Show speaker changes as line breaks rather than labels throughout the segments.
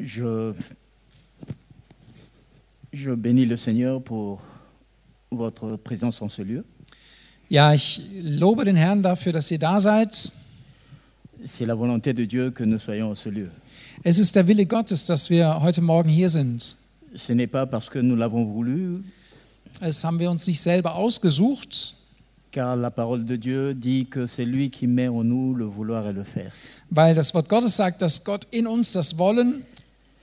Je, je bénis le Seigneur pour votre présence en ce lieu.
Ja, ich lobe den Herrn dafür, dass ihr da seid.
C'est la volonté de Dieu que nous soyons en ce lieu.
Es ist der Wille Gottes, dass wir heute Morgen hier sind.
Ce n'est pas parce que nous l'avons voulu,
Es haben wir uns nicht selber ausgesucht,
car la parole de Dieu dit que c'est lui qui met en nous le vouloir et le faire.
weil das Wort Gottes sagt, dass Gott in uns das Wollen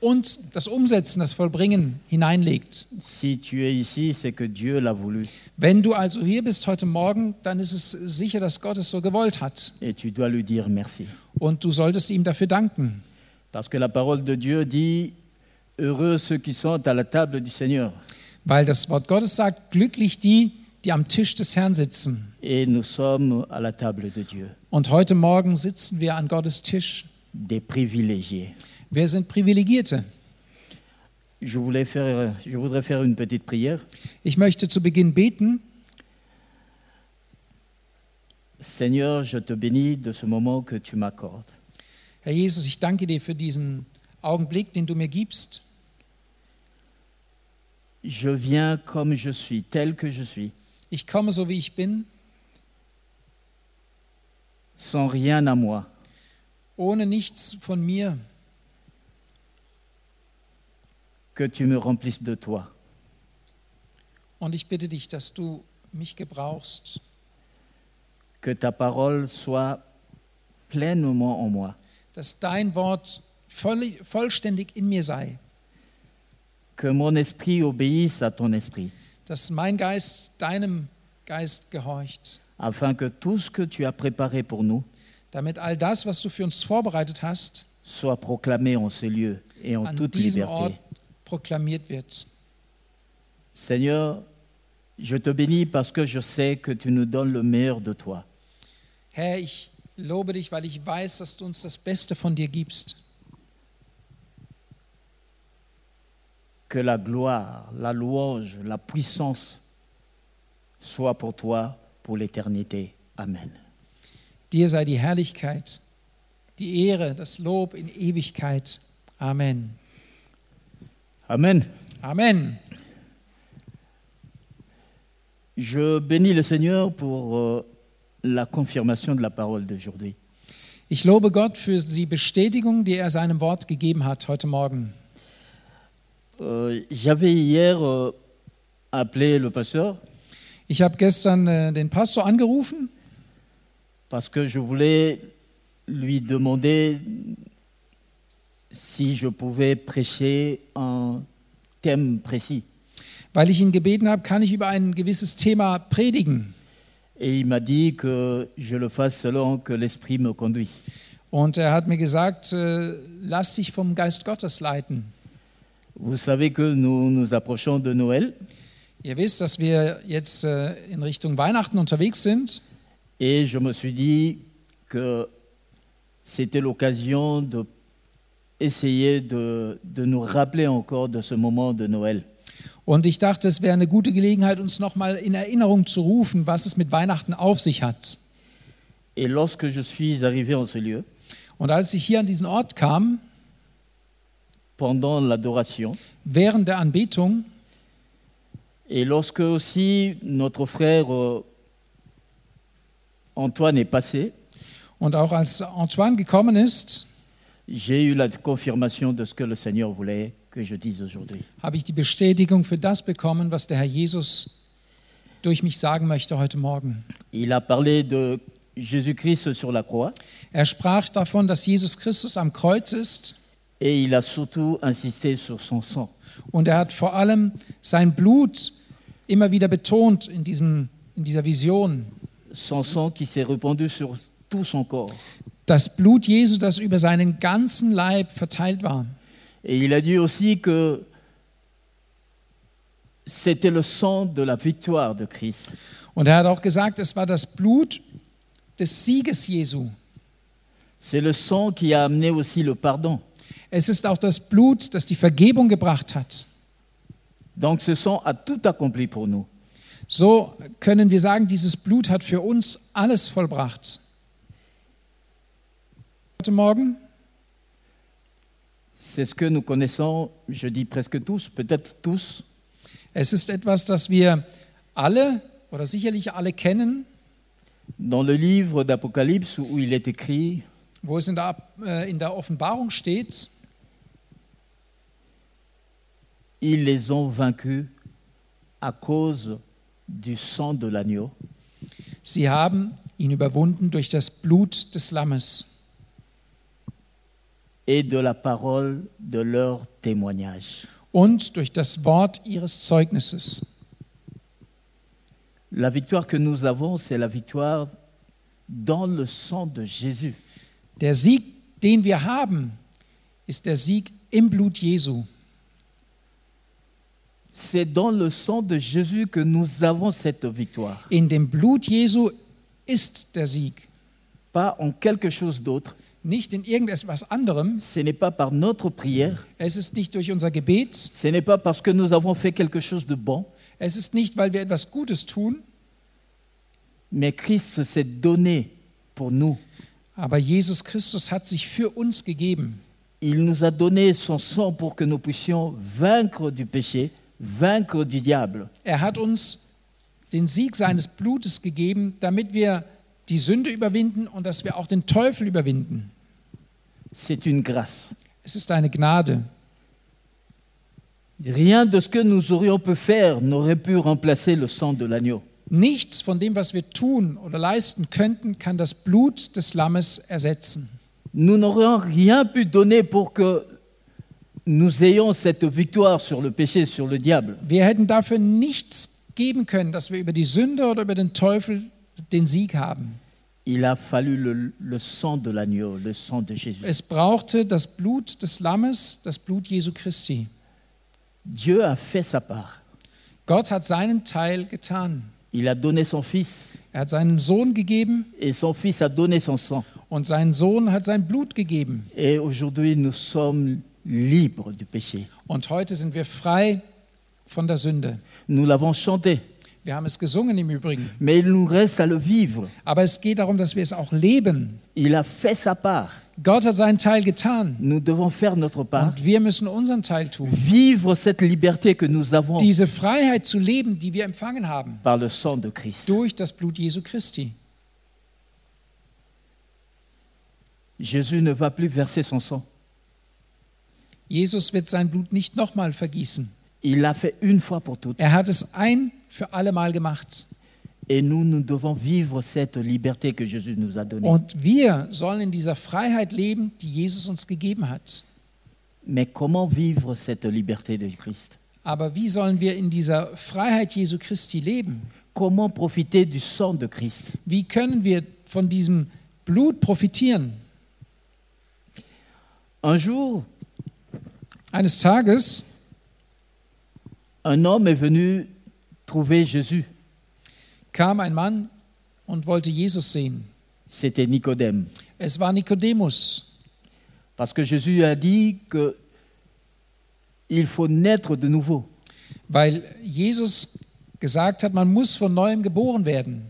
und das Umsetzen, das Vollbringen hineinlegt.
Si tu es ici, c'est que Dieu l'a voulu
Wenn du also hier bist heute Morgen, dann ist es sicher, dass Gott es so gewollt hat.
et tu dois lui dire merci.
Und du solltest ihm dafür danken.
Parce que la parole de Dieu dit Heureux ceux qui sont à la table du Seigneur.
Weil das Wort Gottes sagt, glücklich die, die am Tisch des Herrn sitzen.
Et nous sommes à la table de Dieu,
Und heute Morgen sitzen wir an Gottes Tisch.
des privilégiés.
Wir sind Privilegierte.
Je, voulais faire, euh, je voudrais faire une petite prière.
Ich möchte zu Beginn beten.
Seigneur, je te bénis de ce moment que tu m'accordes.
Herr Jesus, ich danke dir für diesen Augenblick, den du mir gibst.
Je viens comme je suis, tel que je suis,
Ich komme so, wie ich bin,
sans rien à moi.
ohne nichts von mir,
Que tu me remplisses de toi.
Und ich bitte dich, dass du mich gebrauchst,
Que ta parole soit pleinement en moi.
dass dein Wort voll, vollständig in mir sei,
Que mon esprit obéisse à ton esprit,
dass mein Geist deinem Geist gehorcht,
afin que tout ce que tu as préparé pour nous
damit all das, was du für uns vorbereitet hast,
soit proclamé en ce lieu et en
an
toute
diesem Ort
liberté.
proklamiert wird.
Seigneur, je te bénis parce que je sais que tu nous donnes le meilleur de toi.
Herr, ich lobe dich, weil ich weiß, dass du uns das Beste von dir gibst.
Que la gloire, la louange, la puissance soient pour toi pour l'éternité. Amen.
Dir sei die Herrlichkeit, die Ehre, das Lob in Ewigkeit. Amen.
Amen.
Amen.
Je bénis le Seigneur pour euh, la confirmation de la parole d'aujourd'hui.
Ich lobe Gott für die Bestätigung, die er seinem Wort gegeben hat heute Morgen.
Euh, J'avais hier euh, appelé le pasteur
Ich habe gestern äh, den Pastor angerufen,
parce que je voulais lui demander si je pouvais prêcher un thème précis.
weil ich ihn gebeten habe, kann ich über ein gewisses Thema predigen.
Et il m'a dit que je le fasse selon que l'Esprit me conduit.
Und er hat mir gesagt, äh, lass dich vom Geist Gottes leiten.
Vous savez que nous nous approchons de Noël
Ihr wisst, dass wir jetzt äh, in Richtung Weihnachten unterwegs sind.
et je me suis dit que c'était l'occasion de essayer de, de nous rappeler encore de ce moment de Noël.
Und ich dachte, es wäre eine gute Gelegenheit, uns nochmal in Erinnerung zu rufen, was es mit Weihnachten auf sich hat.
Et lorsque je suis arrivé en ce lieu,
Und als ich hier an diesen Ort kam,
pendant l'adoration,
während der Anbetung,
et lorsque aussi notre frère euh, Antoine est passé,
Und auch als Antoine gekommen ist,
j'ai eu la confirmation de ce que le Seigneur voulait que je dise aujourd'hui.
habe ich die Bestätigung für das bekommen, was der Herr Jesus durch mich sagen möchte heute Morgen.
Il a parlé de Jésus-Christ sur la croix
Er sprach davon, dass Jesus Christus am Kreuz ist
et il a surtout insisté sur son sang.
und er hat vor allem sein Blut immer wieder betont in, diesem, in dieser Vision.
Son sang qui s'est répandu sur tout son corps.
Das Blut Jesu, das über seinen ganzen Leib verteilt war.
Et il a dit aussi que c'était le sang de la victoire de Christ.
Und er hat auch gesagt, es war das Blut des Sieges Jesu.
C'est le sang qui a amené aussi le pardon.
Es ist auch das Blut, das die Vergebung gebracht hat.
Donc ce sang a tout accompli pour nous.
So können wir sagen, dieses Blut hat für uns alles vollbracht. Heute Morgen
C'est ce que nous connaissons, je dis presque tous, peut-être tous,
Es ist etwas, das wir alle oder sicherlich alle kennen,
dans le livre d'Apocalypse où il est écrit
wo es in der, Ab- äh, in der Offenbarung steht,
Ils les ont vaincus à cause du sang de l'agneau
sie haben ihn überwunden durch das Blut des Lammes
et de la parole de leur témoignage.
und durch das Wort ihres Zeugnisses.
La victoire que nous avons, c'est la victoire dans le sang de Jésus.
Der Sieg, den wir haben, ist der Sieg im Blut Jesu.
C'est dans le sang de Jésus que nous avons cette victoire,
In dem Blut Jesu ist der Sieg.
pas en quelque chose d'autre.
Nicht in irgendetwas anderem.
Ce n'est pas par notre prière,
Es ist nicht durch unser Gebet.
ce n'est pas parce que nous avons fait quelque chose de bon,
Es ist nicht, weil wir etwas Gutes tun.
mais Christ s'est donné pour nous.
Aber Jesus Christus hat sich für uns gegeben.
Il nous a donné son sang pour que nous puissions vaincre du péché, vaincre du diable.
Er hat uns den Sieg seines Blutes gegeben, damit wir die Sünde überwinden und dass wir auch den Teufel überwinden.
C'est une grâce.
Es ist eine Gnade.
Rien de ce que nous aurions pu faire n'aurait pu remplacer le sang de l'agneau.
Nichts von dem, was wir tun oder leisten könnten, kann das Blut des Lammes ersetzen.
Nous n'aurions rien pu donner pour que nous ayons cette victoire sur le péché, sur le diable.
Wir hätten dafür nichts geben können, dass wir über die Sünde oder über den Teufel den Sieg haben.
Il a fallu le, le sang de l'agneau, le sang de Jésus.
Es brauchte das Blut des Lammes, das Blut Jesu Christi.
Dieu a fait sa part.
Gott hat seinen Teil getan.
Il a donné son Fils
Er hat seinen Sohn gegeben
et son Fils a donné son sang.
und sein Sohn hat sein Blut gegeben.
Et aujourd'hui, nous sommes libres du péché.
Und heute sind wir frei von der Sünde.
Nous l'avons chanté,
Wir haben es gesungen im Übrigen.
mais il nous reste à le vivre.
Aber es geht darum, dass wir es auch leben.
Il a fait sa part.
Gott hat seinen Teil getan
Nous devons faire notre part,
und wir müssen unseren Teil tun.
vivre cette liberté que nous avons
Diese Freiheit zu leben, die wir empfangen haben,
par le sang de Christ.
durch das Blut Jesu Christi.
Jésus ne va plus verser son sang.
Jesus wird sein Blut nicht nochmal vergießen.
Il l'a fait une fois pour toutes.
Er hat es ein für alle Mal gemacht.
Et nous, nous devons vivre cette liberté que Jésus nous a donnée.
Und wir sollen in dieser Freiheit leben, die Jesus uns gegeben hat.
Mais comment vivre cette liberté de Christ
Aber wie sollen wir in dieser Freiheit Jesu Christi leben?
Comment profiter du sang de Christ
Wie können wir von diesem Blut profitieren?
Un jour,
Eines Tages
un homme est venu trouver Jésus.
kam ein Mann und wollte Jesus sehen.
C'était Nicodème.
Es war Nikodemus,
Parce que Jésus a dit que il faut naître de nouveau.
weil Jesus gesagt hat, man muss von neuem geboren werden.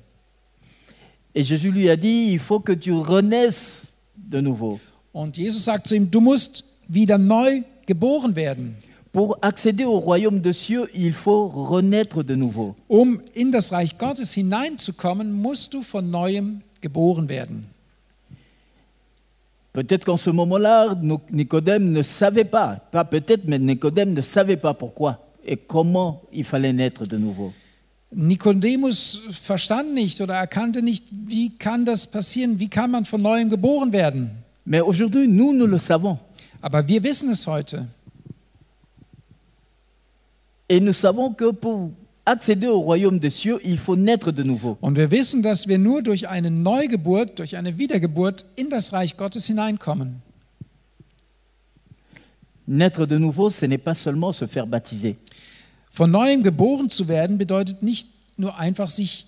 Et Jésus lui a dit, il faut que tu renaisses de nouveau.
Und Jesus sagt zu ihm, du musst wieder neu geboren werden.
Pour accéder au royaume de cieux, il faut renaître de nouveau.
Um in das Reich Gottes hineinzukommen, musst du von neuem geboren werden.
Peut-être qu'en ce moment-là, no- Nicodème ne savait pas, pas peut-être, mais Nicodème ne savait pas pourquoi et comment il fallait naître de nouveau.
Nikodemus verstand nicht oder erkannte nicht, wie kann das passieren, wie kann man von neuem geboren werden.
Mais aujourd'hui, nous, nous le savons.
Aber wir wissen es heute.
Et nous savons que pour accéder au royaume des cieux, il faut naître de nouveau.
Und wir wissen, dass wir nur durch eine Neugeburt, durch eine Wiedergeburt in das Reich Gottes hineinkommen.
Naître de nouveau, ce n'est pas seulement se faire baptiser.
Von neuem geboren zu werden bedeutet nicht nur einfach sich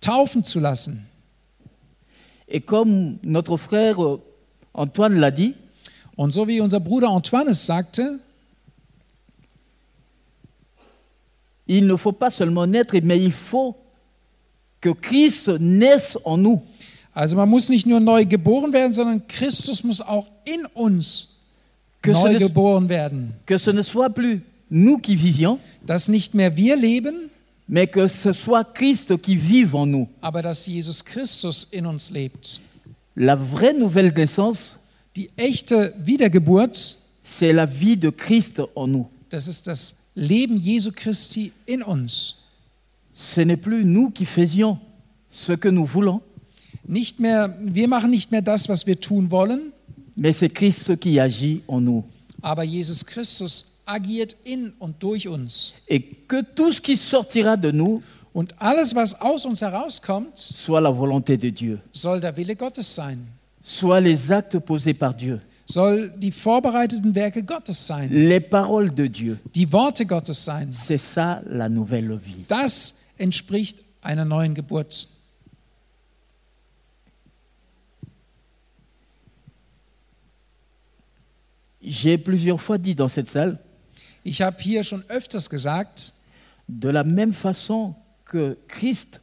taufen zu lassen.
Et comme notre frère euh, Antoine l'a dit,
Und so wie unser Bruder Antoine es sagte,
il ne faut pas seulement naître, mais il faut que Christ naisse en nous.
also man muss nicht nur neu geboren werden, sondern Christus muss auch in uns
Que ce,
neu
ne,
geboren werden.
que ce ne soit plus nous qui vivions,
Dass nicht mehr wir leben,
mais que ce soit Christ qui vive en nous.
aber dass Jesus Christus in uns lebt.
La vraie nouvelle naissance,
Die echte Wiedergeburt,
c'est la vie de Christ en nous.
das ist das Leben Jesu Christi in uns.
Ce n'est plus nous qui faisions ce que nous voulons,
Nicht mehr, wir machen nicht mehr das, was wir tun wollen,
mais c'est Christ qui agit en nous.
aber Jesus Christus agiert in und durch uns.
Et que tout ce qui sortira de nous
Und alles, was aus uns herauskommt,
soit la volonté de Dieu,
soll der Wille Gottes sein,
soit les actes posés par Dieu,
soll die vorbereiteten Werke Gottes sein,
les paroles de Dieu.
die Worte Gottes sein.
C'est ça la nouvelle vie.
Das entspricht einer neuen Geburt.
J'ai plusieurs fois dit dans cette salle,
Ich habe hier schon öfters gesagt,
de la même façon que Christ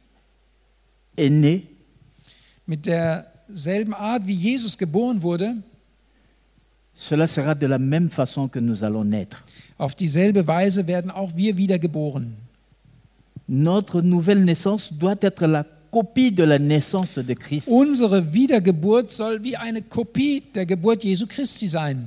est né,
mit derselben Art, wie Jesus geboren wurde,
cela sera de la même façon que nous allons naître.
auf dieselbe Weise werden auch wir wiedergeboren.
Notre nouvelle naissance doit être la copie de la naissance de Christ,
Unsere Wiedergeburt soll wie eine Kopie der Geburt Jesu Christi sein,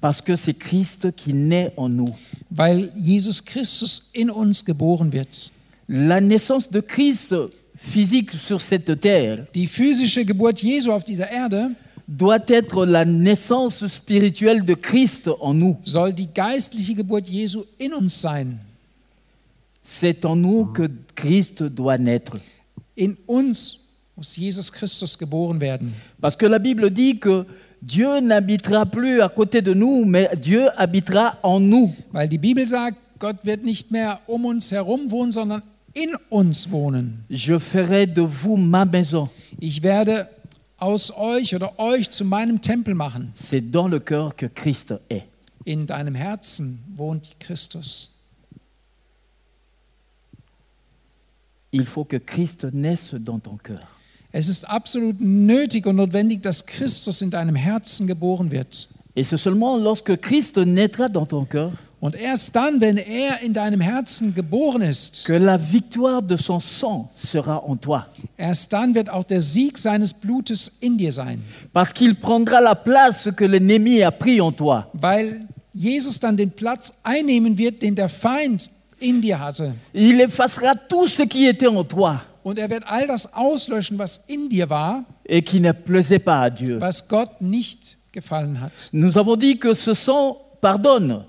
parce que c'est Christ qui naît en nous.
weil Jesus Christus in uns geboren wird.
La naissance de Christ physique sur cette terre
Die physische Geburt Jesu auf dieser Erde
doit être la naissance spirituelle de Christ en nous.
soll die geistliche Geburt Jesu in uns sein.
C'est en nous que Christ doit naître.
In uns muss Jesus Christus geboren werden.
Parce que la Bible dit que Dieu n'habitera plus à côté de nous, mais Dieu habitera en nous.
Weil die Bibel sagt, Gott wird nicht mehr um uns herum wohnen, sondern in uns wohnen.
Je ferai de vous ma maison.
Ich werde aus euch oder euch zu meinem Tempel machen.
C'est dans le cœur que Christ est.
In deinem Herzen wohnt Christus.
Il faut que Christ naisse dans ton cœur.
Es ist absolut nötig und notwendig, dass Christus in deinem Herzen geboren wird.
Et c'est seulement lorsque Christ naîtra dans ton cœur
Und erst dann, wenn er in deinem Herzen geboren ist,
que la victoire de son sang sera en toi.
erst dann wird auch der Sieg seines Blutes in dir sein,
Parce qu'il prendra la place que l'ennemi a pris en toi.
weil Jesus dann den Platz einnehmen wird, den der Feind in dir hatte.
Il effacera tout ce qui était en toi
Und er wird all das auslöschen, was in dir war,
et qui ne plaisait pas à Dieu.
was Gott nicht gefallen hat.
Nous avons dit que ce sang pardonne.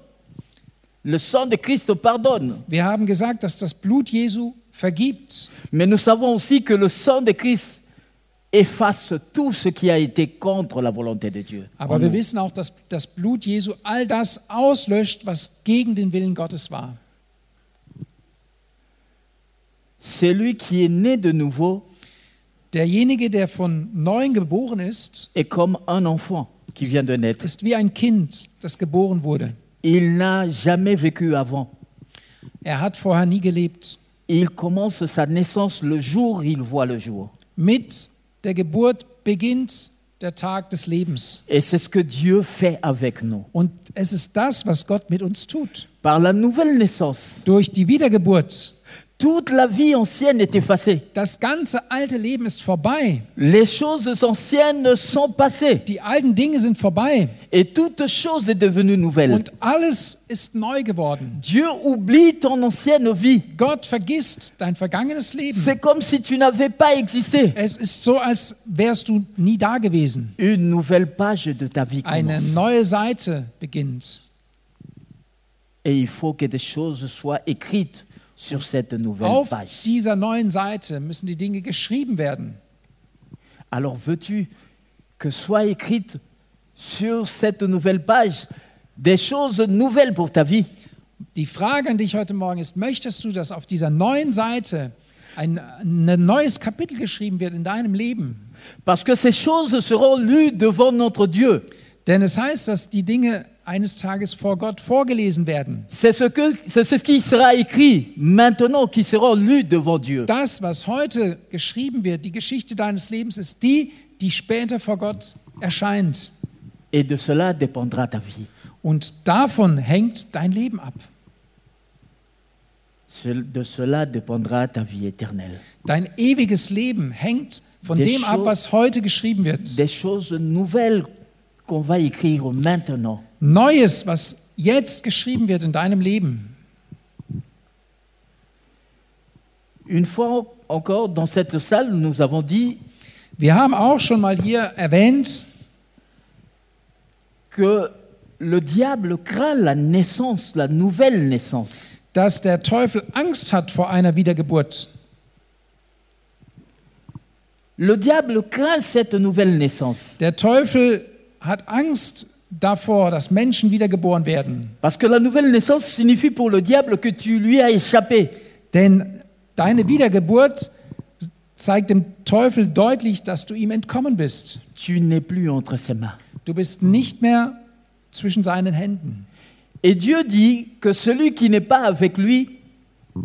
Le sang de Christ pardonne.
Wir haben gesagt, dass das Blut Jesu vergibt.
Mais nous savons aussi que le sang de Christ efface tout ce qui a été contre la volonté de Dieu.
Aber wir wissen auch, dass das Blut Jesu all das auslöscht, was gegen den Willen Gottes war.
Celui qui est né de nouveau
Derjenige, der von neuem geboren ist,
est comme un enfant qui vient de naître.
ist wie ein Kind, das geboren wurde.
Il n'a jamais vécu avant.
Er hat vorher nie gelebt.
Il commence sa naissance le jour où il voit le jour.
Mit der Geburt beginnt der Tag des Lebens.
Et c'est ce que Dieu fait avec nous.
Und es ist das, was Gott mit uns tut.
Par la nouvelle naissance,
Durch die Wiedergeburt
toute la vie ancienne est effacée.
Das ganze alte Leben ist vorbei.
Les choses anciennes sont passées
Die alten Dinge sind vorbei.
et toute chose est devenue nouvelle.
Und alles ist neu geworden.
Dieu oublie ton ancienne vie.
Gott vergisst dein vergangenes Leben.
C'est comme si tu n'avais pas existé.
Es ist so, als wärst du nie da gewesen.
Une nouvelle page de ta vie
Eine
commence.
neue Seite beginnt.
Et il faut que des choses soient écrites sur cette nouvelle
Auf
page.
dieser neuen Seite müssen die Dinge geschrieben werden.
Alors veux-tu que soient écrites sur cette nouvelle page des choses nouvelles pour ta vie
Die Frage an dich heute Morgen ist, möchtest du, dass auf dieser neuen Seite ein, ein neues Kapitel geschrieben wird in deinem Leben?
Parce que ces choses seront lues devant notre Dieu.
Denn es heißt, dass die Dinge eines Tages vor Gott vorgelesen werden.
C'est ce, que- c'est ce qui sera écrit maintenant qui sera lu devant Dieu.
Das, was heute geschrieben wird, die Geschichte deines Lebens, ist die, die später vor Gott erscheint.
Et de cela dépendra ta vie.
Und davon hängt dein Leben ab.
Ce- De cela dépendra ta vie éternelle.
Dein ewiges Leben hängt von
Der
dem ab,
Schu-
was heute geschrieben wird.
Des choses nouvelles qu'on va écrire maintenant.
Neues, was jetzt geschrieben wird in deinem Leben.
Une fois encore, dans cette salle, nous avons dit
Wir haben auch schon mal hier erwähnt,
que le diable craint la naissance, la nouvelle naissance.
dass der Teufel Angst hat vor einer Wiedergeburt.
Le diable craint cette nouvelle naissance.
Der Teufel hat Angst davor, dass Menschen wiedergeboren werden.
Parce que la nouvelle naissance signifie pour le diable que tu lui as échappé.
Denn deine Wiedergeburt zeigt dem Teufel deutlich, dass du ihm entkommen bist.
Tu n'es plus entre ses mains.
Du bist nicht mehr zwischen seinen Händen.
Et Dieu dit que celui qui n'est pas avec lui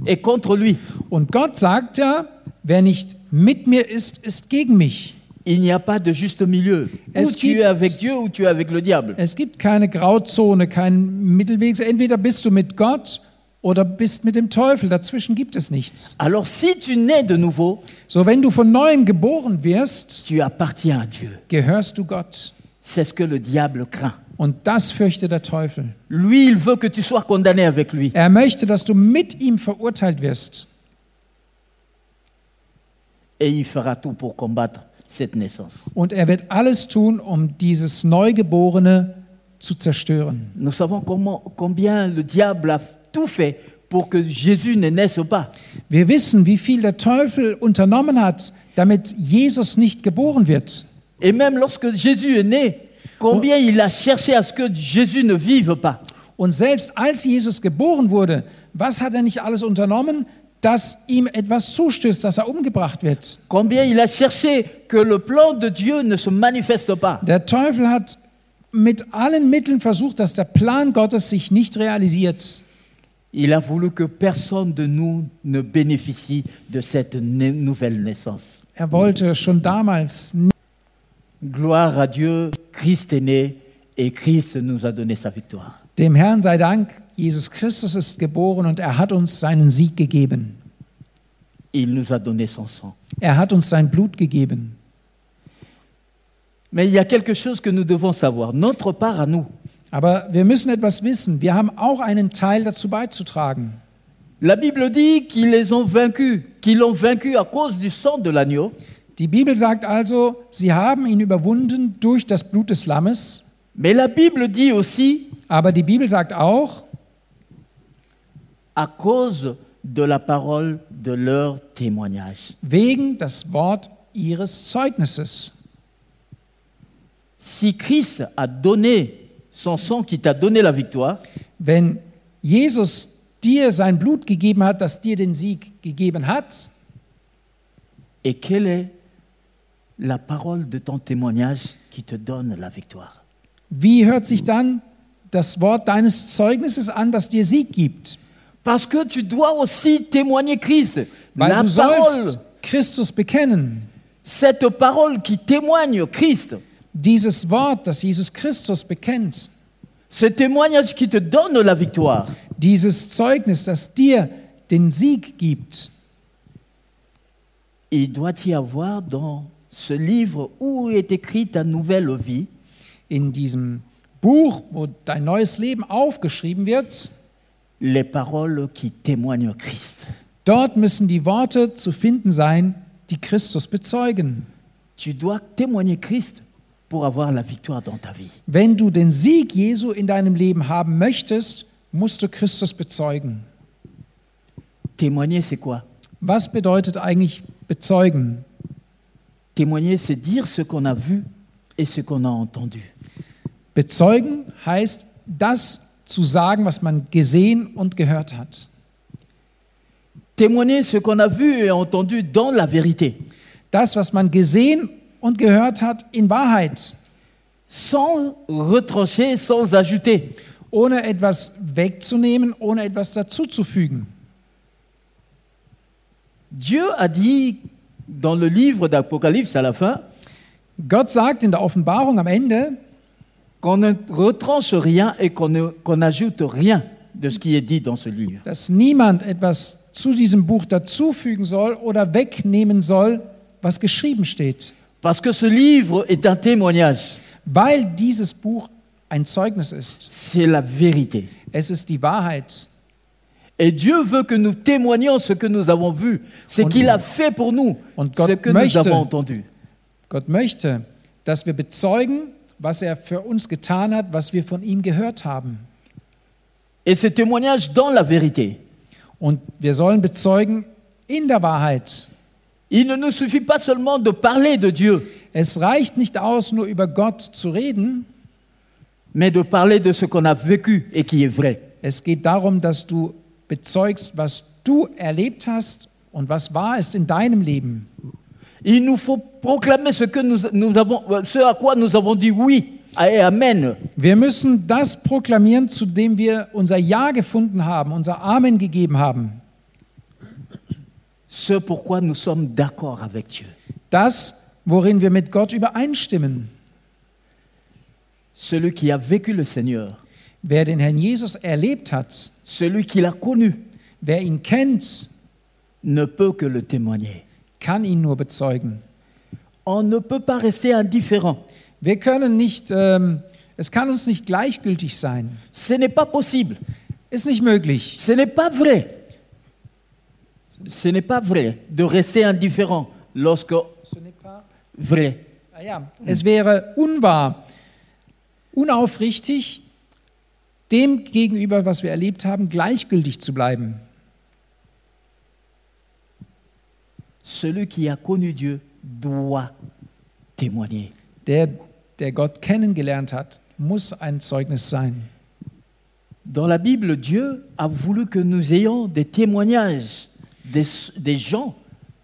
est contre lui.
Und Gott sagt ja, wer nicht mit mir ist, ist gegen mich.
Il n'y a pas de juste milieu. Ou
Est-ce qu'il-
tu es avec Dieu ou tu es avec le diable.
Es gibt keine Grauzone, keinen Mittelweg. Entweder bist du mit Gott oder bist mit dem Teufel. Dazwischen gibt es nichts.
Alors si tu nais de nouveau,
So, wenn du von neuem geboren wirst,
tu appartiens à Dieu.
gehörst du Gott.
C'est ce que le diable craint.
Und das fürchtet der Teufel.
Lui, il veut que tu sois condamné avec lui.
Er möchte, dass du mit ihm verurteilt wirst.
Et il fera tout pour combattre cette naissance.
Und er wird alles tun, um dieses Neugeborene zu zerstören.
Nous savons comment, combien le diable a tout fait pour que Jésus ne naisse pas.
Wir wissen, wie viel der Teufel unternommen hat, damit Jesus nicht geboren wird.
Et même lorsque Jésus est né, combien il a cherché à ce que Jésus ne vive pas.
Und selbst als Jesus geboren wurde, was hat er nicht alles unternommen, dass ihm etwas zustößt, dass er umgebracht wird?
Combien il a cherché que le plan de Dieu ne se manifeste pas.
Der Teufel hat mit allen Mitteln versucht, dass der Plan Gottes sich nicht realisiert.
Il a voulu que personne de nous ne bénéficie de cette na- nouvelle naissance.
Er wollte schon damals
Gloire à Dieu, Christ est né et Christ nous a donné sa victoire.
Dem Herrn sei Dank, Jesus Christus ist geboren und er hat uns seinen Sieg gegeben.
Il nous a donné son sang.
Er hat uns sein Blut gegeben.
Mais il y a quelque chose que nous devons savoir, notre part à nous.
Aber wir müssen etwas wissen. Wir haben auch einen Teil dazu beizutragen.
La Bible dit qu'ils les ont vaincus, qu'ils l'ont vaincu à cause du sang de l'agneau,
Die Bibel sagt also, sie haben ihn überwunden durch das Blut des Lammes.
mais la Bible dit aussi
Aber die Bibel sagt auch,
à cause de la parole de leur témoignage.
wegen das Wort ihres Zeugnisses.
Si Christ a donné son sang qui t'a donné la victoire,
Wenn Jesus dir sein Blut gegeben hat, das dir den Sieg gegeben hat,
et quelle est la parole de ton témoignage qui te donne la victoire
wie hört sich dann das Wort deines Zeugnisses an, das dir Sieg gibt?
Parce que tu dois aussi témoigner Christ.
Weil
la
du
parole,
sollst Christus bekennen.
cette parole qui témoigne Christ,
Dieses Wort, das Jesus Christus bekennt,
ce témoignage qui te donne la victoire,
dieses Zeugnis, das dir den Sieg gibt,
il doit y avoir dans ce livre où est écrite ta nouvelle vie,
in diesem Buch, wo dein neues Leben aufgeschrieben wird,
les paroles qui témoignent Christ.
dort müssen die Worte zu finden sein, die Christus bezeugen.
Tu dois témoigner Christ pour avoir la victoire dans ta vie.
Wenn du den Sieg Jesu in deinem Leben haben möchtest, musst du Christus bezeugen.
Témoigner, c'est quoi
Was bedeutet eigentlich bezeugen?
Témoigner, c'est dire ce qu'on a vu et ce qu'on a entendu.
Bezeugen heißt, das zu sagen, was man gesehen und gehört hat.
Témoigner ce qu'on a vu et entendu dans la vérité,
Das, was man gesehen und gehört hat, in Wahrheit,
sans retrancher, sans ajouter.
ohne etwas wegzunehmen, ohne etwas dazuzufügen.
Dieu a dit dans le livre d'Apocalypse à la fin,
Gott sagt in der Offenbarung am Ende,
qu'on ne retranche rien et qu'on ne- qu'on n'ajoute rien de ce qui est dit dans ce livre.
dass niemand etwas zu diesem Buch dazufügen soll oder wegnehmen soll, was geschrieben steht,
Parce que ce livre est un témoignage,
weil dieses Buch ein Zeugnis ist.
c'est la vérité.
Es ist die Wahrheit.
Et Dieu veut que nous témoignions ce que nous avons vu, ce
On-
qu'il a fait pour nous,
On-
ce que nous
Möchte.
avons entendu.
Gott möchte, dass wir bezeugen, was er für uns getan hat, was wir von ihm gehört haben.
Et ce témoignage dans la vérité.
Und wir sollen bezeugen in der Wahrheit.
Il ne nous suffit pas seulement de parler de Dieu,
Es reicht nicht aus, nur über Gott zu reden.
mais de parler de ce qu'on a vécu et qui est vrai.
Es geht darum, dass du bezeugst, was du erlebt hast und was wahr ist in deinem Leben.
Il nous faut proclamer ce, que nous, nous avons, euh, ce à quoi nous avons dit oui et amen.
Wir müssen das proklamieren, zu dem wir unser Ja gefunden haben, unser Amen gegeben haben.
Ce pourquoi nous sommes d'accord avec Dieu.
Das, worin wir mit Gott übereinstimmen.
Celui qui a vécu le Seigneur,
Wer den Herrn Jesus erlebt hat,
celui qui l'a connu,
wer ihn kennt,
ne peut que le témoigner.
kann ihn nur bezeugen.
On ne peut pas rester indifférent.
Wir können nicht, ähm, es kann uns nicht gleichgültig sein.
Ce n'est pas possible.
Ist nicht möglich.
Ce n'est pas vrai. Ce n'est pas vrai de rester indifférent lorsque vrai.
Ah Ja, es wäre unwahr, unaufrichtig, dem gegenüber, was wir erlebt haben, gleichgültig zu bleiben.
Celui qui a connu Dieu doit témoigner.
Der, der Gott kennengelernt hat, muss ein Zeugnis sein.
Dans la Bible, Dieu a voulu que nous ayons des témoignages des, des gens,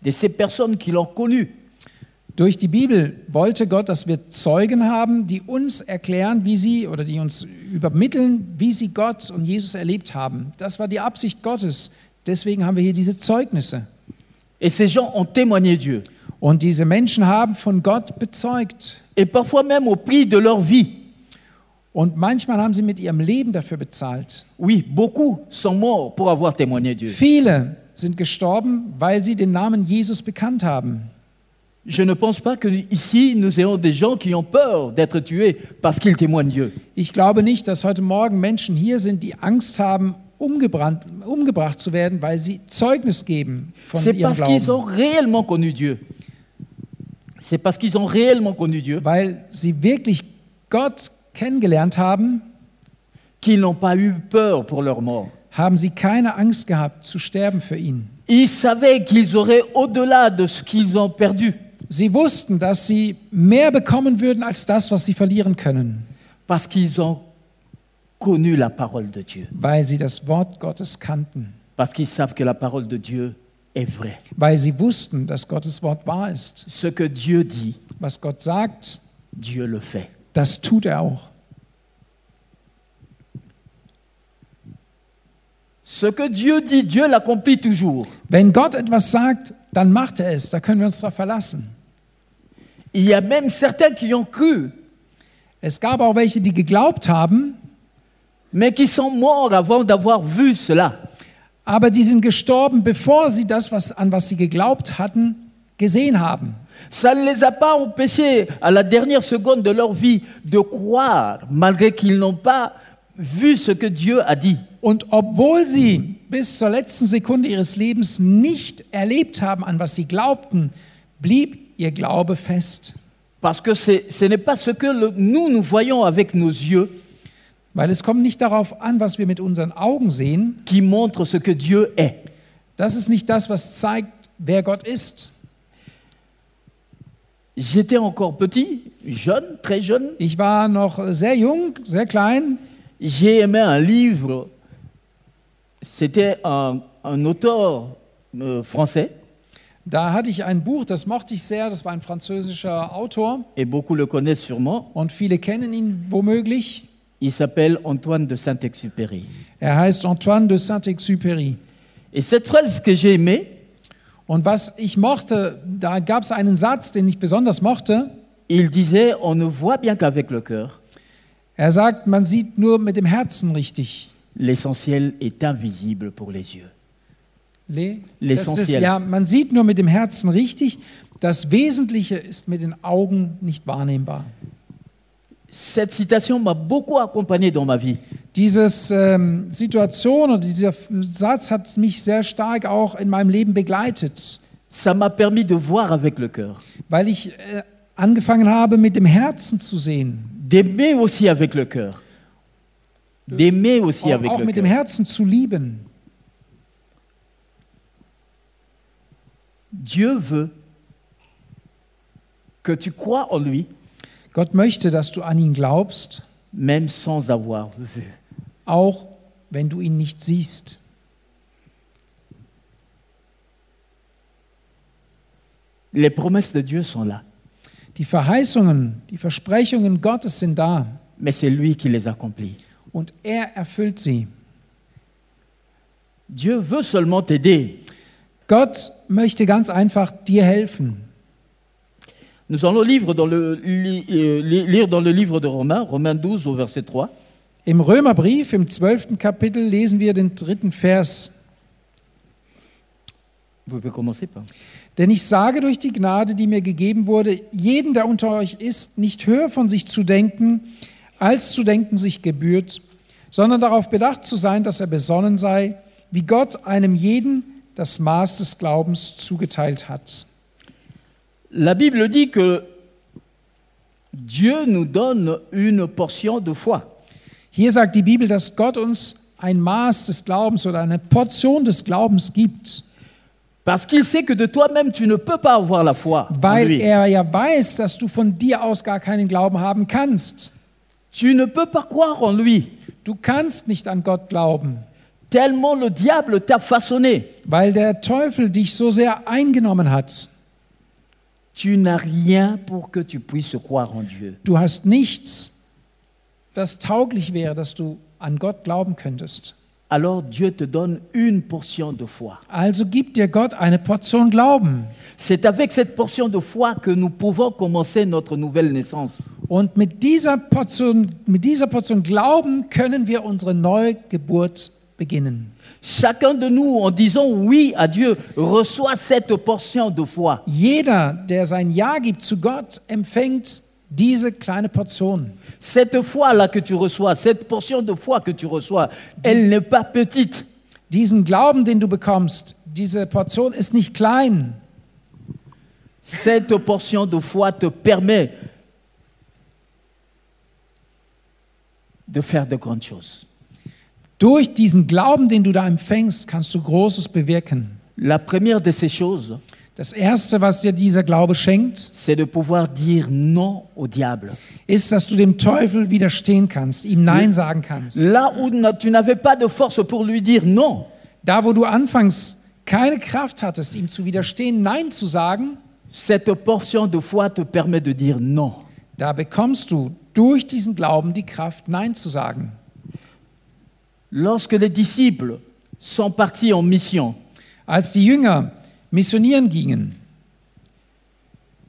de ces personnes qui l'ont connu.
Durch die Bibel wollte Gott, dass wir Zeugen haben, die uns erklären, wie sie oder die uns übermitteln, wie sie Gott und Jesus erlebt haben. Das war die Absicht Gottes. Deswegen haben wir hier diese Zeugnisse.
Et ces gens ont témoigné Dieu.
Und diese Menschen haben von Gott bezeugt.
Et parfois même au prix de leur vie.
Und manchmal haben sie mit ihrem Leben dafür bezahlt.
Oui, beaucoup sont morts pour avoir témoigné Dieu.
Viele sind gestorben, weil sie den Namen Jesus bekannt haben.
Je ne pense pas que ici nous ayons des gens qui ont peur d'être tués parce qu'ils témoignent Dieu.
Ich glaube nicht, dass heute Morgen Menschen hier sind, die Angst haben, umgebrannt, umgebracht zu werden, weil sie Zeugnis geben von
C'est
ihrem
parce qu'ils ont
Glauben.
réellement connu Dieu. C'est parce qu'ils ont réellement connu Dieu
Weil sie wirklich Gott kennengelernt haben,
qu'ils n'ont pas eu peur pour leur mort.
haben sie keine Angst gehabt, zu sterben für ihn.
Ils savaient qu'ils auraient au-delà de ce qu'ils ont perdu
Sie wussten, dass sie mehr bekommen würden als das, was sie verlieren können,
parce qu'ils ont connu la parole de Dieu,
weil sie das Wort Gottes kannten,
parce qu'ils savent que la parole de Dieu est vraie.
weil sie wussten, dass Gottes Wort wahr ist.
Ce que Dieu dit,
Was Gott sagt,
Dieu le fait.
Das tut er auch.
Ce que Dieu dit, Dieu l'accomplit toujours.
Wenn Gott etwas sagt, dann macht er es. Da können wir uns darauf verlassen.
Il y a même certains qui ont cru
Es gab auch welche, die geglaubt haben,
mais qui sont morts avant d'avoir vu cela.
aber die sind gestorben, bevor sie das, was, an was sie geglaubt hatten, gesehen haben.
Ça ne les a pas empêchés, à la dernière seconde de leur vie, de croire, malgré qu'ils n'ont pas vu ce que Dieu a dit.
Und obwohl sie bis zur letzten Sekunde ihres Lebens nicht erlebt haben, an was sie glaubten, blieb ihr Glaube fest,
Parce que c'est- ce n'est pas ce que le- nous, nous voyons avec nos yeux
weil es kommt nicht darauf an, was wir mit unseren Augen sehen.
qui montre ce que Dieu est.
Das ist nicht das, was zeigt, wer Gott ist.
J'étais encore petit, jeune, très jeune.
Ich war noch sehr jung, sehr klein.
J'ai aimé un livre. C'était un, un auteur euh, français,
Da hatte ich ein Buch, das mochte ich sehr, das war ein französischer Autor
et beaucoup le connaissent sûrement.
und viele kennen ihn womöglich.
Il s'appelle Antoine de Saint-Exupéry.
Er heißt Antoine de Saint-Exupéry.
Et cette phrase que j'ai aimée,
Und was ich mochte, da gab es einen Satz, den ich besonders mochte.
il disait On ne voit bien qu'avec le cœur,
Er sagt, man sieht nur mit dem Herzen richtig.
L'essentiel est invisible pour les yeux.
Le- Das ist,
L'essentiel.
ja, man sieht nur mit dem Herzen richtig. Das Wesentliche ist mit den Augen nicht wahrnehmbar.
Cette citation m'a beaucoup accompagné dans ma vie.
Dieses ähm, Situation oder dieser F- Satz hat mich sehr stark auch in meinem Leben begleitet,
Ça m'a permis de voir avec le cœur,
weil ich äh, angefangen habe, mit dem Herzen zu sehen,
d'aimer aussi avec le cœur, d'aimer
auch,
aussi avec
auch
le
mit dem
cœur.
Herzen zu lieben.
Dieu veut que tu crois en lui,
Gott möchte, dass du an ihn glaubst,
même sans avoir vu.
auch wenn du ihn nicht siehst.
Les promesses de Dieu sont là,
Die Verheißungen, die Versprechungen Gottes sind da
mais c'est lui qui les accomplit.
und er erfüllt sie.
Dieu veut seulement t'aider.
Gott möchte ganz einfach dir helfen.
Nous allons lire dans, le, li- euh, li- lire dans le livre de Romains, Romains 12 au verset 3.
Im Römerbrief, im 12. Kapitel, lesen wir den dritten Vers.
Vous pouvez commencer par.
Denn ich sage durch die Gnade, die mir gegeben wurde, jeden, der unter euch ist, nicht höher von sich zu denken, als zu denken sich gebührt, sondern darauf bedacht zu sein, dass er besonnen sei, wie Gott einem jeden das Maß des Glaubens zugeteilt hat.
La Bible dit que Dieu nous donne une portion de foi.
Hier sagt die Bibel, dass Gott uns ein Maß des Glaubens oder eine Portion des Glaubens gibt,
Parce qu'il sait que de toi-même, tu ne peux pas avoir la foi. en
weil
lui.
er ja weiß, dass du von dir aus gar keinen Glauben haben kannst.
Tu ne peux pas croire en lui,
Du kannst nicht an Gott glauben,
tellement le diable t'a façonné.
weil der Teufel dich so sehr eingenommen hat.
Tu n'as rien pour que tu puisses croire en Dieu.
Du hast nichts, das tauglich wäre, dass du an Gott glauben könntest.
Alors Dieu te donne une portion de foi.
Also gibt dir Gott eine Portion Glauben.
C'est avec cette portion de foi que nous pouvons commencer notre nouvelle naissance.
Und mit dieser Portion, mit dieser Portion Glauben können wir unsere Neugeburt beginnen.
Chacun de nous, en disant oui à Dieu, reçoit cette portion de foi.
Jeder, der sein Ja gibt zu Gott, empfängt diese kleine Portion.
Cette foi-là que tu reçois, cette portion de foi que tu reçois, elle n'est pas petite.
Diesen Glauben, den du bekommst, diese Portion ist nicht klein.
Cette portion de foi te permet de faire de grandes choses.
Durch diesen Glauben, den du da empfängst, kannst du Großes bewirken.
La première de ces choses,
Das Erste, was dir dieser Glaube schenkt,
c'est de pouvoir dire non au diable.
ist, dass du dem Teufel widerstehen kannst, ihm Nein sagen kannst.
Là où na- tu n'avais pas de force pour lui dire non,
Da, wo du anfangs keine Kraft hattest, ihm zu widerstehen, Nein zu sagen,
cette portion de foi te permet de dire non.
da bekommst du durch diesen Glauben die Kraft, Nein zu sagen.
Lorsque les disciples sont partis en mission,
Als die Jünger missionieren gingen,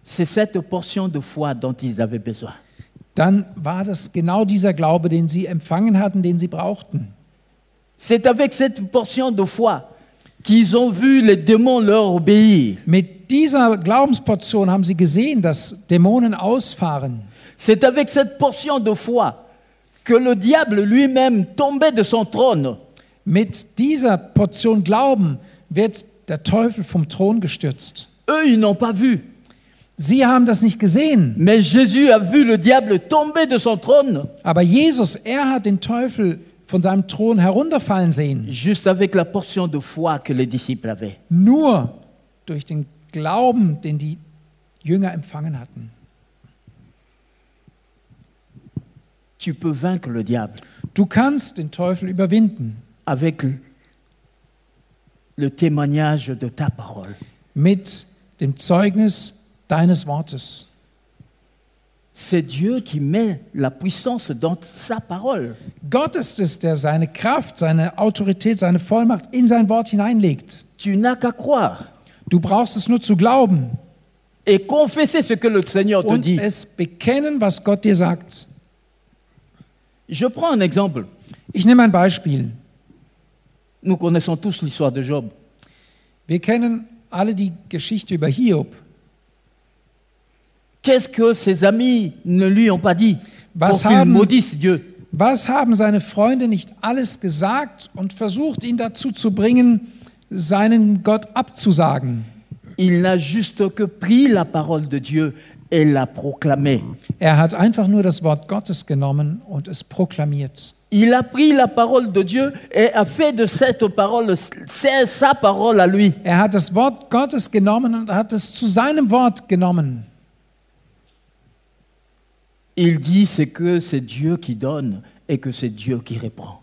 c'est cette portion de foi dont ils avaient besoin.
dann war das genau dieser Glaube, den sie empfangen hatten, den sie brauchten.
C'est avec cette portion de foi qu'ils ont vu les démons leur obéir.
Mit dieser Glaubensportion haben sie gesehen, dass Dämonen ausfahren.
C'est avec cette portion de foi que le diable lui-même tombait de son trône.
Mit dieser Portion Glauben wird der Teufel vom Thron gestürzt.
Eux, ils n'ont pas vu,
Sie haben das nicht gesehen,
mais Jésus a vu le diable tomber de son trône
aber Jesus, er hat den Teufel von seinem Thron herunterfallen sehen.
juste avec la portion de foi que les disciples avaient.
Nur durch den Glauben, den die Jünger empfangen hatten.
Tu peux vaincre le diable
Du kannst den Teufel überwinden
avec le témoignage de ta parole.
mit dem Zeugnis deines Wortes.
C'est Dieu qui met la puissance dans sa parole.
Gott ist es, der seine Kraft, seine Autorität, seine Vollmacht in sein Wort hineinlegt.
Tu n'as qu'à croire
Du brauchst es nur zu glauben.
et confesser ce que le Seigneur te
und
dit.
es bekennen, was Gott dir sagt.
Je prends un exemple.
Ich nehme ein Beispiel.
Nous connaissons tous l'histoire de Job.
Wir kennen alle die Geschichte über Hiob.
Qu'est-ce que ses amis ne lui ont pas dit
Was
pour qu'il
haben-
maudisse Dieu
Was haben seine Freunde nicht alles gesagt und versucht, ihn dazu zu bringen, seinen Gott abzusagen?
Il n'a juste que pris la parole de Dieu et l'a proclamée.
Er hat einfach nur das Wort Gottes genommen und es proklamiert.
Il a pris la parole de Dieu et a fait de cette parole, c'est sa parole à lui.
Er hat das Wort Gottes genommen und hat es zu seinem Wort genommen.
Il dit c'est que c'est Dieu qui donne et que c'est Dieu qui reprend.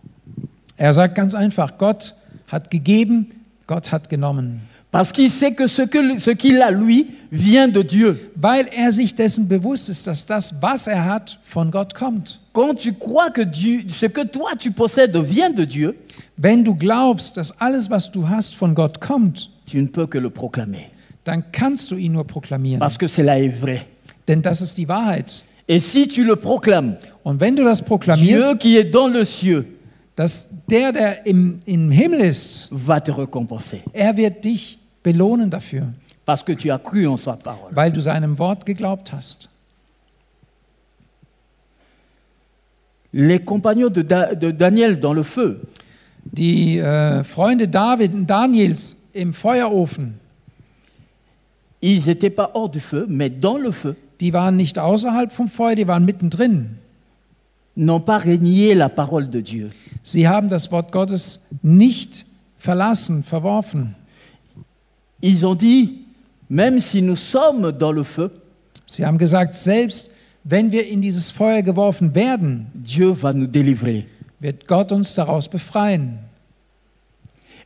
Er sagt ganz einfach, Gott hat gegeben, Gott hat genommen.
Parce qu'il sait que ce que- ce qu'il a, lui, vient de Dieu.
Weil er sich dessen bewusst ist, dass das, was er hat, von Gott kommt.
Quand tu crois que Dieu, ce que toi tu possèdes vient de Dieu,
Wenn du glaubst, dass alles, was du hast, von Gott kommt,
tu ne peux que le proclamer.
dann kannst du ihn nur proklamieren.
Parce que cela est vrai.
Denn das ist die Wahrheit.
Et si tu le proclames,
Und wenn du das
Dieu
proklamierst,
qui est dans le ciel
dass der, der im, im Himmel ist,
va te récompenser.
er wird dich belohnen dafür,
Parce que tu as cru en sa parole.
weil du seinem Wort geglaubt hast.
Les compagnons de, Da- de Daniel dans le feu,
Die äh, Freunde David und Daniels im Feuerofen,
ils n'étaient pas hors du feu, mais dans le feu,
die waren nicht außerhalb vom Feuer, die waren mittendrin.
n'ont pas régné la parole de Dieu.
Sie haben das Wort Gottes nicht verlassen, verworfen.
Ils ont dit, même si nous sommes dans le feu,
Sie haben gesagt, selbst wenn wir in dieses Feuer geworfen werden,
Dieu va nous délivrer.
wird Gott uns daraus befreien.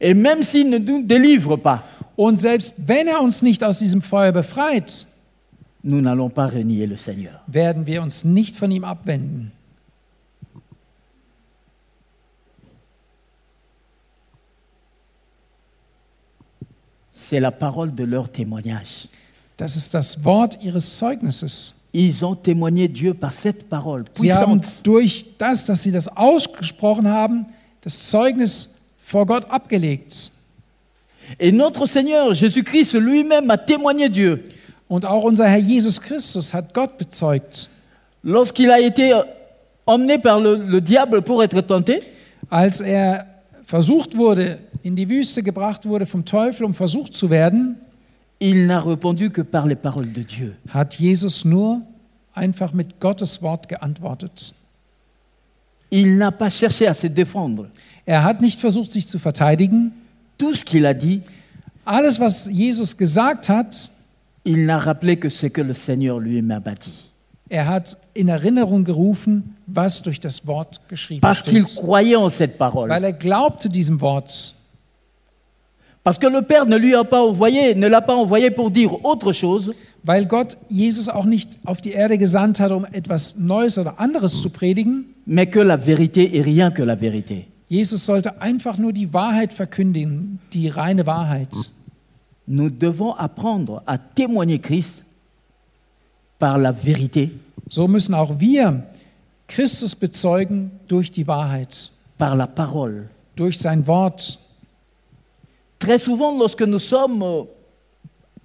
Et même s'il ne nous délivre pas,
Und selbst wenn er uns nicht aus diesem Feuer befreit,
nous n'allons pas régner le Seigneur.
werden wir uns nicht von ihm abwenden.
C'est la parole de leur témoignage.
Das ist das Wort ihres Zeugnisses.
Ils ont témoigné Dieu par cette parole
Sie haben
puissante.
durch das, dass sie das ausgesprochen haben, das Zeugnis vor Gott abgelegt.
Et notre Seigneur Jésus-Christ lui-même a témoigné Dieu.
Und auch unser Herr Jesus Christus hat Gott bezeugt.
Lorsqu'il a été euh, emmené par le, le diable pour être tenté,
Als er versucht wurde, in die Wüste gebracht wurde vom Teufel, um versucht zu werden,
il n'a répondu que par les paroles de Dieu.
hat Jesus nur einfach mit Gottes Wort geantwortet.
Il n'a pas cherché à se défendre.
Er hat nicht versucht, sich zu verteidigen.
Tout ce qu'il a dit,
Alles, was Jesus gesagt hat,
il n'a rappelé que ce que le Seigneur lui-même a dit.
er hat in Erinnerung gerufen, was durch das Wort geschrieben
Parce qu'il
steht.
croyait en cette parole.
Weil er glaubte diesem Wort.
Parce que le Père ne lui a pas envoyé, ne l'a pas envoyé pour dire autre chose,
Weil Gott Jesus auch nicht auf die Erde gesandt hat, um etwas Neues oder anderes zu predigen.
mais que la vérité et rien que la vérité.
Jesus sollte einfach nur die Wahrheit verkündigen, die reine Wahrheit.
Nous devons apprendre à témoigner Christ par la vérité,
So müssen auch wir Christus bezeugen durch die Wahrheit,
par la parole.
durch sein Wort.
Très souvent, lorsque nous sommes euh,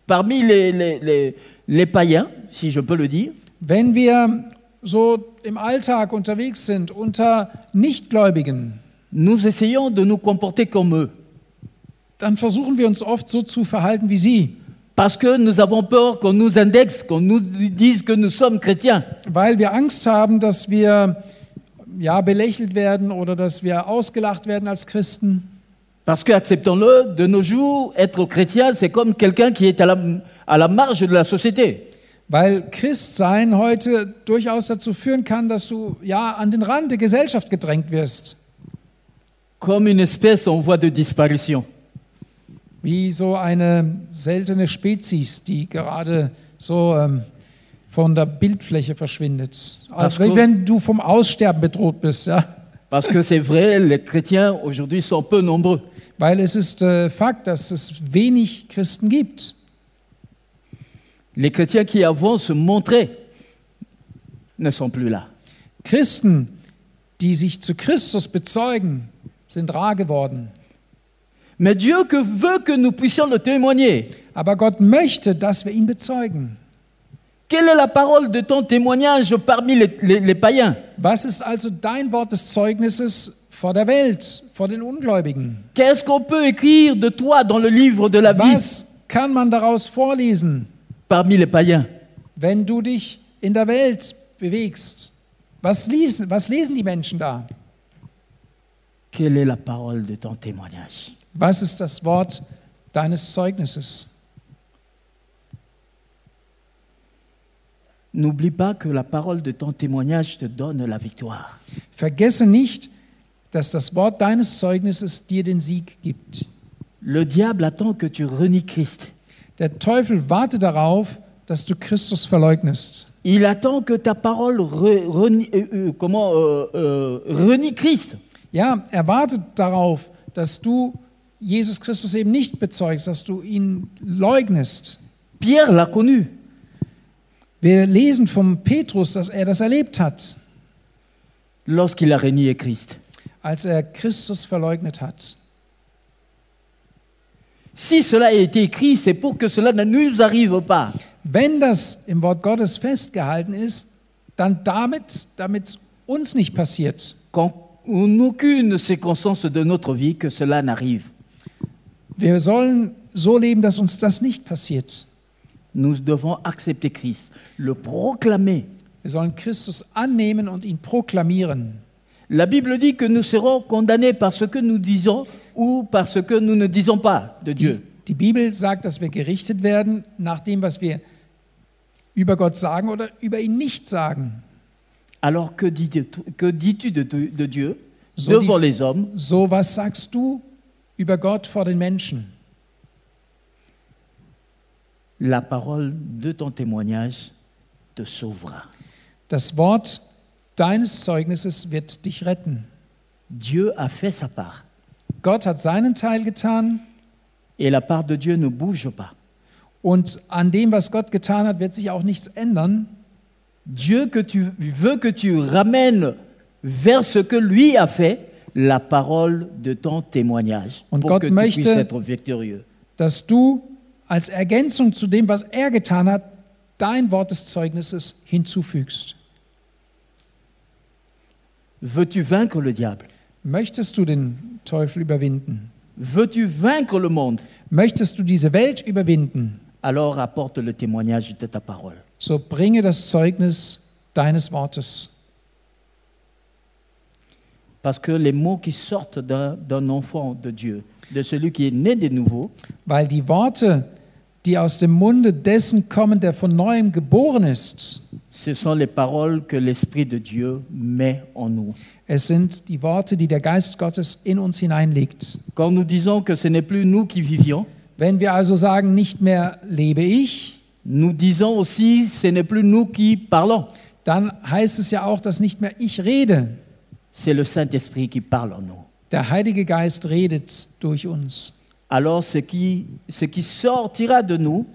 parmi les, les- les- les païens, si je peux le dire,
Wenn wir so im Alltag unterwegs sind unter Nichtgläubigen,
nous essayons de nous comporter comme eux,
dann versuchen wir uns oft so zu verhalten wie sie,
parce que nous avons peur qu'on nous indexe, qu'on nous dise que nous sommes chrétiens.
weil wir Angst haben, dass wir ja belächelt werden oder dass wir ausgelacht werden als Christen.
Parce que, acceptons-le, de nos jours, être chrétien, c'est comme quelqu'un qui est à la, à la marge de la société.
Weil Christsein heute durchaus dazu führen kann, dass du ja an den Rand der Gesellschaft gedrängt wirst,
Comme une espèce en voie de disparition.
wie so eine seltene Spezies, die gerade so ähm, von der Bildfläche verschwindet. Also,
Pascal?
wenn du vom Aussterben bedroht bist, ja.
Parce que c'est vrai, les chrétiens aujourd'hui sont peu nombreux.
Weil es ist äh, Fakt, dass es wenig Christen gibt.
Les chrétiens qui avant se montraient ne sont plus là.
Christen, die sich zu Christus bezeugen, sind rar geworden.
Mais Dieu que veut que nous puissions le témoigner.
Aber Gott möchte, dass wir ihn bezeugen.
Quelle est la parole de ton témoignage parmi les, les- les païens
Was ist also dein Wort des Zeugnisses vor der Welt, vor den Ungläubigen?
Qu'est-ce qu'on peut écrire de toi dans le livre de la vie
Was kann man daraus vorlesen,
parmi les païens
wenn du dich in der Welt bewegst? Was lesen, was lesen die Menschen da?
Quelle est la parole de ton témoignage
Was ist das Wort deines Zeugnisses?
N'oublie pas que la parole de ton témoignage te donne la victoire.
Vergesse nicht, dass das Wort deines Zeugnisses dir den Sieg gibt.
Le diable attend que tu renies Christ.
Der Teufel wartet darauf, dass du Christus verleugnest.
Il attend que ta parole re- renie, euh, euh, comment, euh, euh, renie Christ.
Ja, er wartet darauf, dass du Jesus Christus eben nicht bezeugst, dass du ihn leugnest.
Pierre l'a connu.
Wir lesen vom Petrus, dass er das erlebt hat,
lorsqu'il a régné Christ.
als er Christus verleugnet hat.
Si cela a été écrit, c'est pour que cela ne nous arrive pas.
Wenn das im Wort Gottes festgehalten ist, dann damit, damit es uns nicht passiert.
Qu'en en aucune circonstance de notre vie que cela n'arrive.
Wir sollen so leben, dass uns das nicht passiert.
Nous devons accepter Christ, le proclamer.
Wir sollen Christus annehmen und ihn proklamieren.
La Bible dit que nous serons condamnés par ce que nous disons ou par ce que nous ne disons pas de
Die,
Dieu.
die Bibel sagt, dass wir gerichtet werden nach dem, was wir über Gott sagen oder über ihn nicht sagen.
Alors que dis- que dis-tu de, de Dieu
So
devant
dit-
les hommes
So was sagst du über Gott vor den Menschen?
La parole de ton témoignage te sauvera.
Das Wort deines Zeugnisses wird dich retten.
Dieu a fait sa part
Gott hat seinen Teil getan
et la part de Dieu ne bouge pas.
und an dem, was Gott getan hat, wird sich auch nichts ändern.
Dieu que tu veux que tu ramènes vers ce que lui a fait la parole de ton témoignage
Und
pour
Gott
que tu
möchte-
puisses être victorieux.
dass du als Ergänzung zu dem, was er getan hat, dein Wort des Zeugnisses hinzufügst.
Veux-tu vaincre le diable
Möchtest du den Teufel überwinden?
Veux-tu vaincre le monde
Möchtest du diese Welt überwinden?
Alors apporte le témoignage de ta parole.
So bringe das Zeugnis deines Wortes.
Parce que les mots qui sortent d'un d'un enfant de Dieu, de celui qui est né de nouveau,
Weil die Worte, die aus dem Munde dessen kommen, der von neuem geboren ist,
ce sont les paroles que l'Esprit de Dieu met en nous.
es sind die Worte, die der Geist Gottes in uns hineinlegt.
Quand nous disons que ce n'est plus nous qui vivions,
Wenn wir also sagen, nicht mehr lebe ich,
nous disons aussi ce n'est plus nous qui parlons.
dann heißt es ja auch, dass nicht mehr ich rede,
C'est le Saint-Esprit qui parle en nous.
Der Heilige Geist redet durch uns.
Alors ce qui, ce qui sortira de nous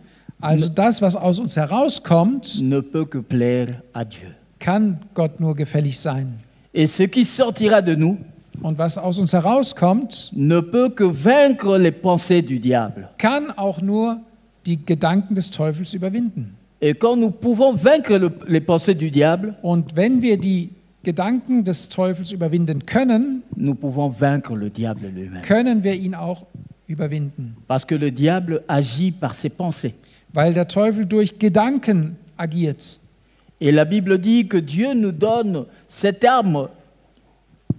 Also das, was aus uns herauskommt,
ne peut que plaire à Dieu.
kann Gott nur gefällig sein.
Et ce qui sortira de nous
Und was aus uns herauskommt,
ne peut que vaincre les pensées du diable.
kann auch nur die Gedanken des Teufels überwinden.
Et quand nous pouvons vaincre le- les pensées du diable,
Und wenn wir die Gedanken des Teufels überwinden können,
nous pouvons vaincre le diable lui-même.
können wir ihn auch überwinden.
Parce que le diable agit par ses pensées.
Weil der Teufel durch Gedanken agiert.
Et la Bible dit que Dieu nous donne cette arme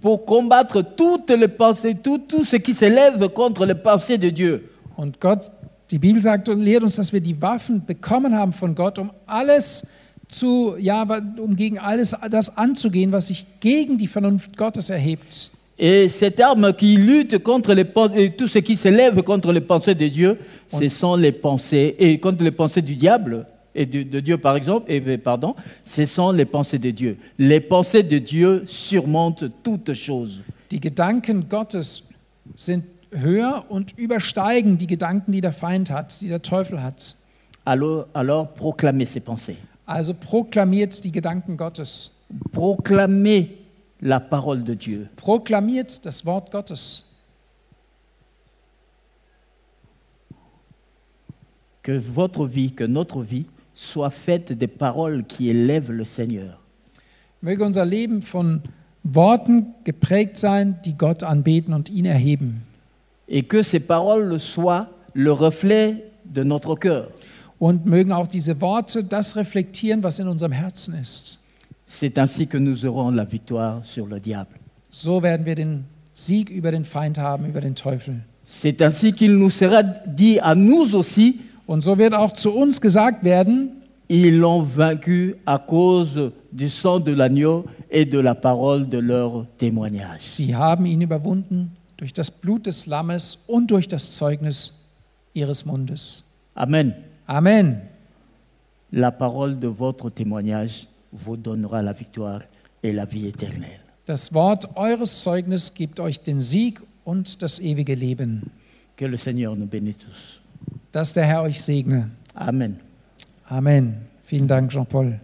pour combattre toutes les pensées, tout, tout ce qui s'élève contre les pensées de Dieu.
Und Gott, die Bibel sagt und lehrt uns, dass wir die Waffen bekommen haben von Gott, um alles zu, ja, um gegen alles das anzugehen, was sich gegen die Vernunft Gottes erhebt.
Et cette arme qui lutte contre les pen- et tout ce qui s'élève contre les pensées de Dieu, ce sont les pensées et contre les pensées du diable et de, de Dieu par exemple. Et et pardon, ce sont les pensées de Dieu. Les pensées de Dieu surmontent toutes choses.
Die Gedanken Gottes sind höher und übersteigen die Gedanken, die der Feind hat, die der Teufel hat.
Alors, alors proclamez ces pensées,
Also proklamiert die Gedanken Gottes.
proclamez la parole de Dieu.
Proklamiert das Wort Gottes.
Que votre vie, que notre vie soit faite des paroles qui élèvent le Seigneur.
Möge unser Leben von Worten geprägt sein, die Gott anbeten und ihn erheben.
Et que ces paroles soient le reflet de notre cœur.
Und mögen auch diese Worte das reflektieren, was in unserem Herzen ist.
C'est ainsi que nous aurons la victoire sur le diable.
So werden wir den Sieg über den Feind haben, über den Teufel.
C'est ainsi qu'il nous sera dit à nous aussi,
Und so wird auch zu uns gesagt werden,
ils l'ont vaincu à cause du sang de l'agneau et de la parole de leur témoignage.
sie haben ihn überwunden durch das Blut des Lammes und durch das Zeugnis ihres Mundes.
Amen.
Amen.
La parole de votre témoignage vous donnera la victoire et la vie éternelle.
Das Wort eures Zeugnis gibt euch den Sieg und das ewige Leben.
Que le Seigneur nous bénisse tous.
Dass der Herr euch segne.
Amen.
Amen. Vielen Dank, Jean-Paul.